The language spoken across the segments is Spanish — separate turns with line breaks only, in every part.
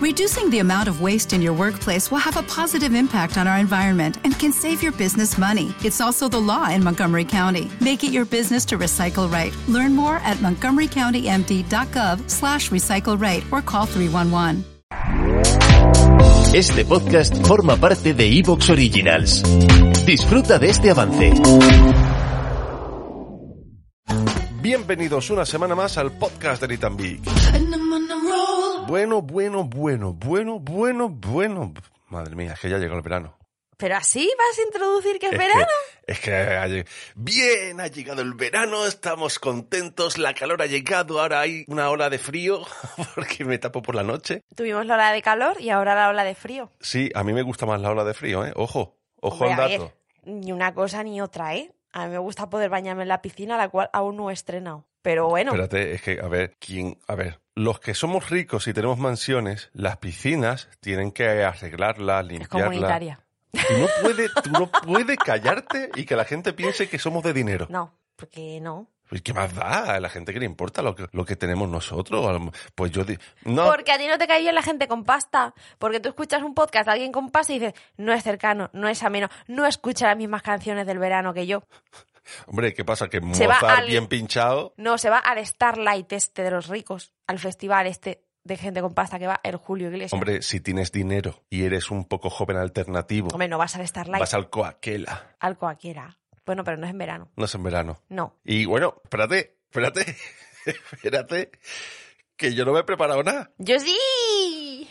Reducing the amount of waste in your workplace will have a positive impact on our environment and can save your business money. It's also the law in Montgomery County. Make it your business to recycle right. Learn more at montgomerycountymd.gov slash recycle right or call 311.
Este podcast forma parte de Evox Originals. Disfruta de este avance.
Bienvenidos una semana más al podcast de Itambic. Bueno, bueno, bueno, bueno, bueno, bueno. Madre mía, es que ya llegó el verano.
Pero así vas a introducir que es,
Es que-
verano.
Es que ha lleg- bien, ha llegado el verano, estamos contentos, la calor ha llegado, ahora hay una ola de frío porque me tapo por la noche.
Tuvimos la ola de calor y ahora la ola de frío.
Sí, a mí me gusta más la ola de frío, ¿eh? Ojo, ojo
Hombre,
al
a ver,
dato.
ni una cosa ni otra, ¿eh? A mí me gusta poder bañarme en la piscina, la cual aún no he estrenado. Pero bueno,
Espérate, es que, a ver, ¿quién? A ver, los que somos ricos y tenemos mansiones, las piscinas tienen que arreglarlas,
es
limpiarlas.
comunitaria.
Tú no puedes, tú no puedes callarte y que la gente piense que somos de dinero.
No, porque no.
Pues, ¿Qué más da? A la gente que le importa lo que, lo que tenemos nosotros. A lo- Pues yo di- no,
Porque a ti no te cae bien la gente con pasta. Porque tú escuchas un podcast de alguien con pasta y dices, no es cercano, no es ameno, no escucha las mismas canciones del verano que yo.
hombre, ¿qué pasa? Que
Se va
Mozart
al-
bien pinchado.
No, se va al Starlight este de los ricos, al festival este de gente con pasta que va el Julio Iglesias.
Hombre, si tienes dinero y eres un poco joven alternativo,
Hombre, no vas al Starlight,
vas al Coaquela,
al cualquiera. Bueno, pero no es en verano.
no es en verano.
No.
Y bueno, espérate, espérate, espérate, que yo no me he preparado nada.
Yo sí.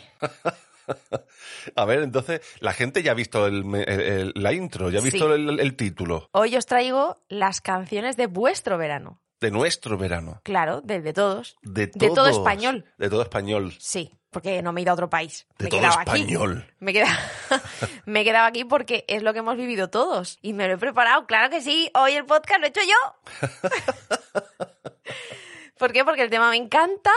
A ver, entonces, la gente ya ha visto el- el- el- la intro, ya ha
Sí.
visto el- el título
Hoy os traigo las canciones de vuestro verano.
de nuestro verano.
Claro, del de todos.
De,
todo
todos.
español.
De todo español.
Sí, porque no me he ido a otro país.
De
me he
todo
quedado
español.
aquí. Me he, quedado, me he quedado aquí porque es lo que hemos vivido todos. Y me lo he preparado, claro que sí. Hoy el podcast lo he hecho yo. ¿Por qué? Porque el tema me encanta.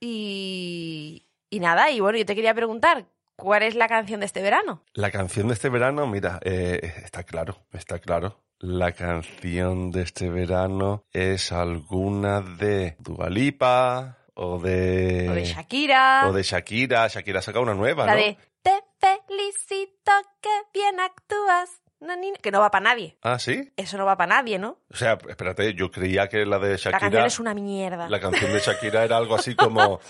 Y, y nada, y bueno, yo te quería preguntar, ¿cuál es la canción de este verano?
La canción de este verano, mira, eh, está claro, está claro. La canción de este verano es alguna de Dualipa o de.
o de Shakira.
o Eh, de Shakira. Shakira ha sacado una nueva,
La
¿no?
de Te felicito que bien actúas. na, ni, na", que no va para nadie.
Ah, sí.
Eso no va para nadie, ¿no?
O sea, espérate, yo creía que la de Shakira.
la canción es una mierda.
la canción de Shakira era algo así como.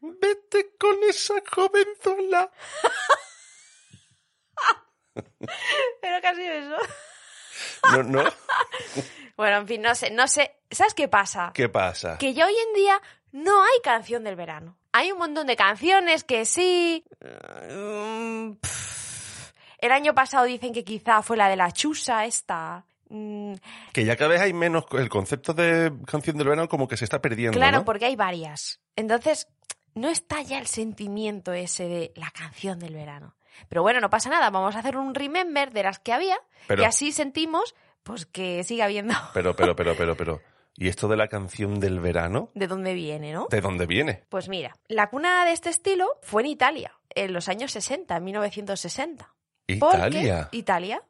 Vete con esa jovenzuela.
Pero casi eso.
No, no.
Bueno, en fin, no sé, no sé. ¿Sabes qué pasa?
¿Qué pasa?
Que ya hoy en día no hay canción del verano. Hay un montón de canciones que sí. mm, pff. El año pasado dicen que quizá fue la de la chusa esta. mm,
Que ya cada vez hay menos el concepto de canción del verano como que se está perdiendo.
Claro,
¿no?
porque hay varias. Entonces, no está ya el sentimiento ese de la canción del verano. Pero bueno, no pasa nada, vamos a hacer un remember de las que había
Pero-
y así sentimos pues que sigue habiendo
Pero, pero, pero, pero, pero. ¿Y esto de la canción del verano?
de dónde viene, ¿no?
¿De dónde viene?
Pues mira, la cuna de este estilo fue en Italia, en los años 60, en 1960. Porque
Italia.
Italia.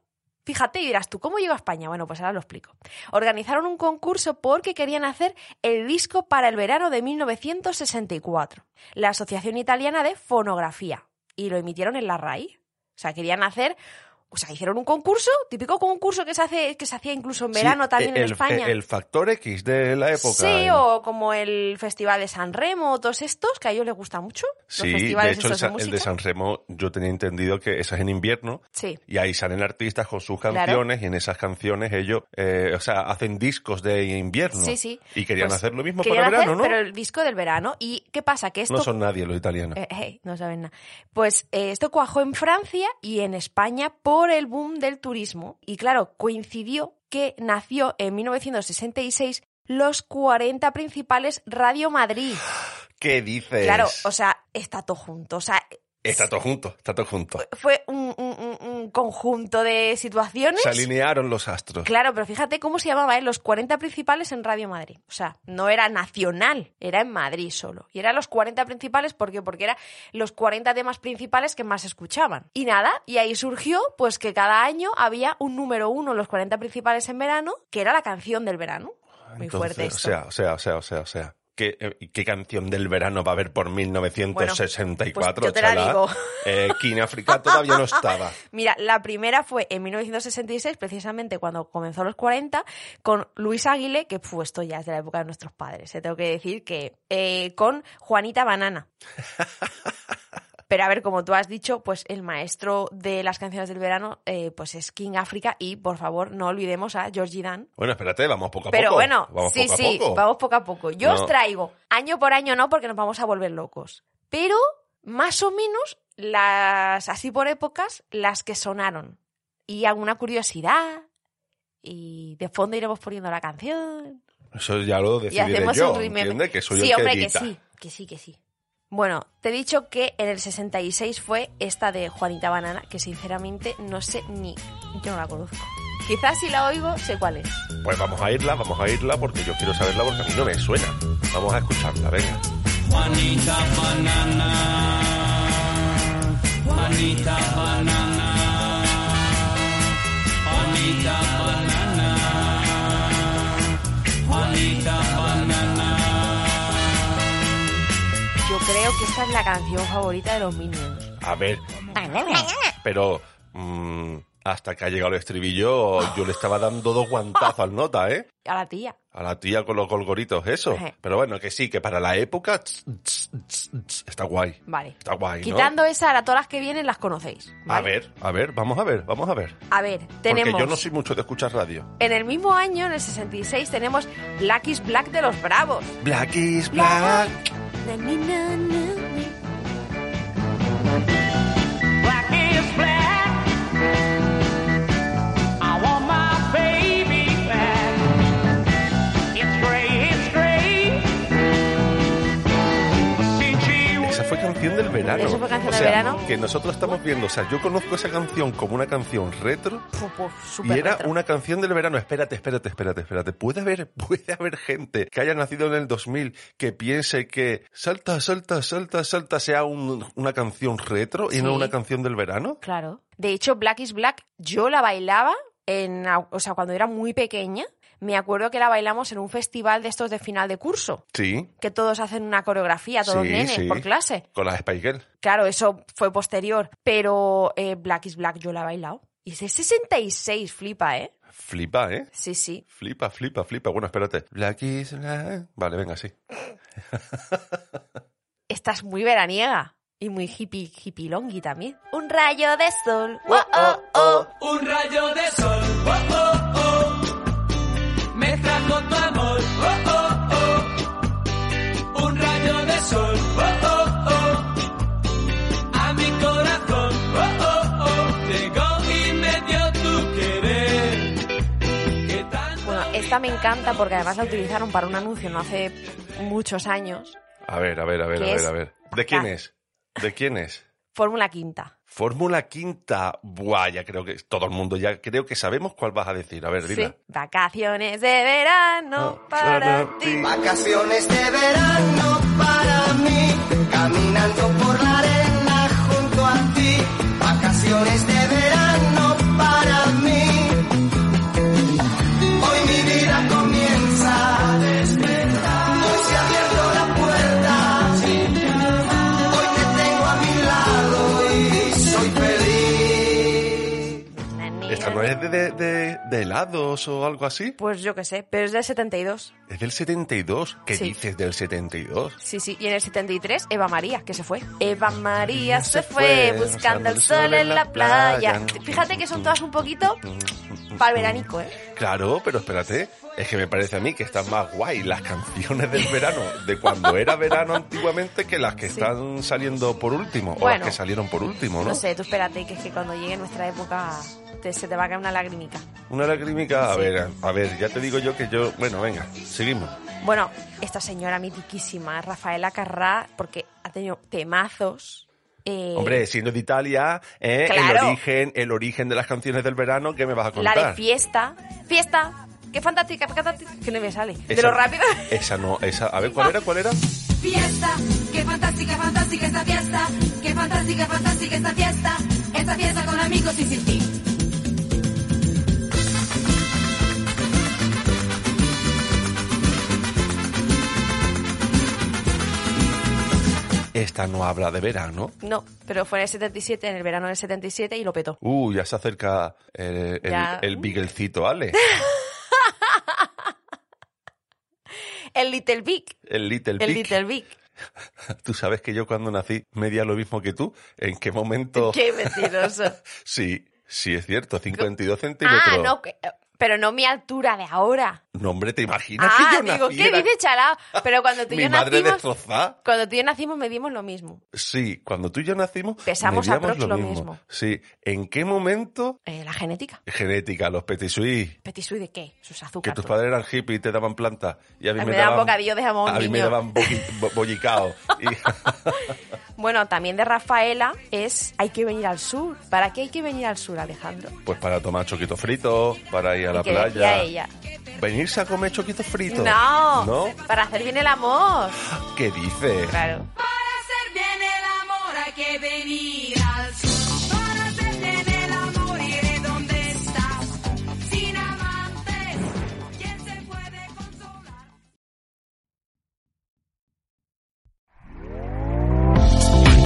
Fíjate y dirás tú, ¿cómo llegó a España? Bueno, pues ahora lo explico. Organizaron un concurso porque querían hacer el disco para el verano de 1964. La Asociación Italiana de Fonografía. Y lo emitieron en la RAI. O sea, querían hacer... O sea, hicieron un concurso, típico concurso que se hace, que se hacía incluso en verano
Sí,
también
el,
en España.
El factor X de la época.
Sí, o como el Festival de San Remo, todos estos, que a ellos les gusta mucho.
Sí,
los
de
festivales
hecho, el,
estos
Sa-
de
el
música.
de San Remo, yo tenía entendido que eso es en invierno.
Sí.
Y ahí salen artistas con sus
Claro.
canciones y en esas canciones ellos, eh, o sea, hacen discos de invierno.
Sí, sí.
Y querían
Pues,
hacer lo mismo para
querían
verano,
hacer,
¿no?
Pero el disco del verano. ¿Y qué pasa? Que esto...
No son nadie los italianos.
Eh, hey, no saben nada. Pues eh, esto cuajó en Francia y en España por el boom del turismo. Y claro, coincidió que nació en 1966 los 40 principales Radio Madrid.
¿Qué dices?
Claro, o sea, está todo junto. O sea,
Pues Está todo junto, está todo junto.
fue un, un- un- un conjunto de situaciones.
Se alinearon los astros.
Claro, pero fíjate cómo se llamaba, ¿eh? Los 40 principales en Radio Madrid. O sea, no era nacional, era en Madrid solo. Y eran los 40 principales, ¿por qué? Porque eran los 40 temas principales que más escuchaban. Y nada, y ahí surgió, pues que cada año había un número uno, en los 40 principales en verano, que era la canción del verano. Muy
Entonces,
fuerte esto.
O sea, o sea, o sea, o sea, o sea. ¿Qué, eh, qué canción del verano va a haber por 1964?
Bueno, pues yo te la
chala?
digo.
Eh, King Africa todavía no estaba.
Mira, la primera fue en 1966, precisamente cuando comenzó los 40, con Luis Águile, que fue esto ya es de la época de nuestros padres, eh, tengo que decir que eh, con Juanita Banana. Pero a ver, como tú has dicho, pues el maestro de las canciones del verano eh, pues es King Africa y por favor no olvidemos a Georgie Dan.
Bueno, espérate, vamos poco a
Pero
poco.
bueno,
vamos
sí,
poco a
sí,
poco.
vamos poco a poco. Yo
No.
os traigo, año por año no, porque nos vamos a volver locos. Pero más o menos las, así por épocas, las que sonaron. Y alguna curiosidad. Y de fondo iremos poniendo la canción.
Eso ya lo
Y
decidiré
hacemos
yo,
un remember.
¿entiendes? Que soy
sí,
el que
hombre,
edita.
que sí, que sí, que sí. Bueno, te he dicho que en el 66 fue esta de Juanita Banana, que sinceramente no sé ni. Yo no la conozco. Quizás si la oigo, sé cuál es.
Pues vamos a irla, vamos a irla, porque yo quiero saberla porque a mí no me suena. Vamos a escucharla, venga.
Juanita Banana. Juanita Banana. Juanita Banana. Juanita Banana.
Yo creo que esta es la canción favorita de los Minions.
A ver, pero mm, hasta que ha llegado el estribillo, yo le estaba dando dos guantazos al nota, ¿eh?
A la tía.
A la tía con los golgoritos, eso.
Ajá.
Pero bueno, que sí, que para la época tss, tss, tss, tss, está guay.
Vale.
Está guay, ¿no?
Quitando esa, ahora todas las que vienen las conocéis.
A
¿vale?
ver, a ver, vamos a ver, vamos a ver.
A ver, tenemos.
Porque yo no soy mucho de escuchar radio.
En el mismo año, en el 66, tenemos Black is Black de los Bravos.
Black is black.
Na, ni, na, na, ni.
Black is black. I want my baby back. It's gray, it's gray. Since she
Esa fue canción del verano.
Eso fue canción
o
del
sea,
verano.
Que nosotros estamos viendo, o sea, yo conozco esa canción como una canción retro
Fu, fu,
y
súper
era
retro.
una canción del verano. Espérate, espérate, espérate, espérate. Puede haber, puede haber gente que haya nacido en el 2000 que piense que salta, salta, salta, salta sea un- una canción retro y no
Sí.
una canción del verano.
Claro. De hecho, Black is Black, yo la bailaba en, o sea, cuando era muy pequeña. Me acuerdo que la bailamos en un festival de estos de final de curso,
Sí,
que todos hacen una coreografía, todos
Sí,
nenes,
sí.
por clase.
con las Spice Girls.
Claro, eso fue posterior, pero eh, Black is Black yo la he bailado. Y es de 66, flipa, ¿eh?
Flipa, ¿eh?
Sí, sí.
Flipa, flipa, flipa. Bueno, espérate. Black is black. Vale, venga, sí.
Esta es muy veraniega y muy hippie, hippie longi también. Un rayo de sol. wow, oh, oh.
Un rayo de sol, oh, oh, oh. Me trajo tu amor, oh, oh, oh. Un rayo de sol, oh, oh, oh. A mi corazón, oh, oh, oh. Llegó y me dio tu querer. Que tanto
Bueno, esta me encanta porque además la utilizaron para un anuncio no hace muchos años.
A ver, a ver, a ver, a
¿Qué
ver,
es?
a ver. ¿De quién es? ¿De quién es?
Fórmula quinta.
Fórmula quinta. Buah, ya creo que todo el mundo ya creo que sabemos cuál vas a decir. A ver, dila.
Vacaciones de verano
No,
para
para
ti.
ti.
Vacaciones de verano para mí, caminando por la arena junto a ti. Vacaciones de verano para mí. Hoy mi vida comienza a despertar. Hoy se ha abierto la puerta. Hoy te tengo a mi lado y soy feliz.
Na, ni,
¿Esta
na,
no
ni.
es de, de, de- de helados o algo así?
Pues yo qué sé, pero es del 72.
Es del 72. ¿Qué
Sí.
dices del 72?
Sí, sí, y en el 73 Eva María, que se fue. Eva María
Se
se fue
fue
buscando el sol en la playa. Fíjate que son todas un poquito para el veranico, ¿eh?
Claro, pero espérate. Es que me parece a mí que están más guay las canciones del verano, de cuando era verano antiguamente, que las que
Sí.
están saliendo por último, o
Bueno.
las que salieron por último, ¿no?
No sé, tú espérate, que es que cuando llegue nuestra época te- se te va a caer una lagrimica.
Una lagrímica, a ver, a ver, ya te digo yo que yo... Bueno, venga, seguimos.
Bueno, esta señora mitiquísima, Rafaela Carrá, porque ha tenido temazos. eh,
Hombre, siendo de Italia, ¿eh? el,
Claro.
origen, el origen de las canciones del verano, ¿qué me vas a
la
contar?
de fiesta. ¡Fiesta! ¡Qué fantástica! qué fantástica! Que no me sale. De
Esa-
lo rápido.
Esa no, esa. A ver, ¿cuál era? ¿Cuál era?
fiesta. Qué fantástica, fantástica esta fiesta. Qué fantástica, fantástica esta fiesta. Esta fiesta con amigos y sin ti.
Esta no habla de verano.
No, pero fue en el 77, en el verano del 77 y lo petó.
Uh, ya se acerca eh, el, el,
Ya.
el Beaglecito, Ale.
El Little Big.
El Little
El
Big.
Little Big.
Tú sabes que yo cuando nací medía lo mismo que tú. ¿En qué momento?
Qué mentiroso.
Sí, sí es cierto, 52 centímetros.
ah, no, que- pero no mi altura de ahora.
No, hombre, ¿te imaginas que
Ah,
yo
digo, ¿qué
naciera?
dices, chalao? Pero cuando tú y
Mi
yo
madre
nacimos,
destrozada.
cuando tú y yo nacimos medimos lo mismo.
Sí, cuando tú y yo nacimos,
Pesamos
medíamos
aprox
lo,
lo
mismo.
mismo.
Sí, ¿en qué momento?
Eh, la genética.
Genética, los petit suisse,
Petit suisse de qué? Sus
que
azúcares.
tus padres eran hippies y te daban plantas. Y a mí
A
me,
mí me daban bocadillos de jamón,
A mí me
niño.
daban boqui- bo- bollicao. Y-
Bueno, también de Rafaela es hay que venir al sur. ¿Para qué hay que venir al sur, Alejandro?
pues para tomar choquitos fritos, para ir a la
que
playa.
decía ella.
Venirse a comer choquitos fritos.
No,
¿No?
para hacer bien el amor.
¿Qué dices?
Claro.
Para hacer bien el amor hay que venir al sur. Para hacer bien el amor iré donde estás. Sin amantes, ¿quién se puede consolar?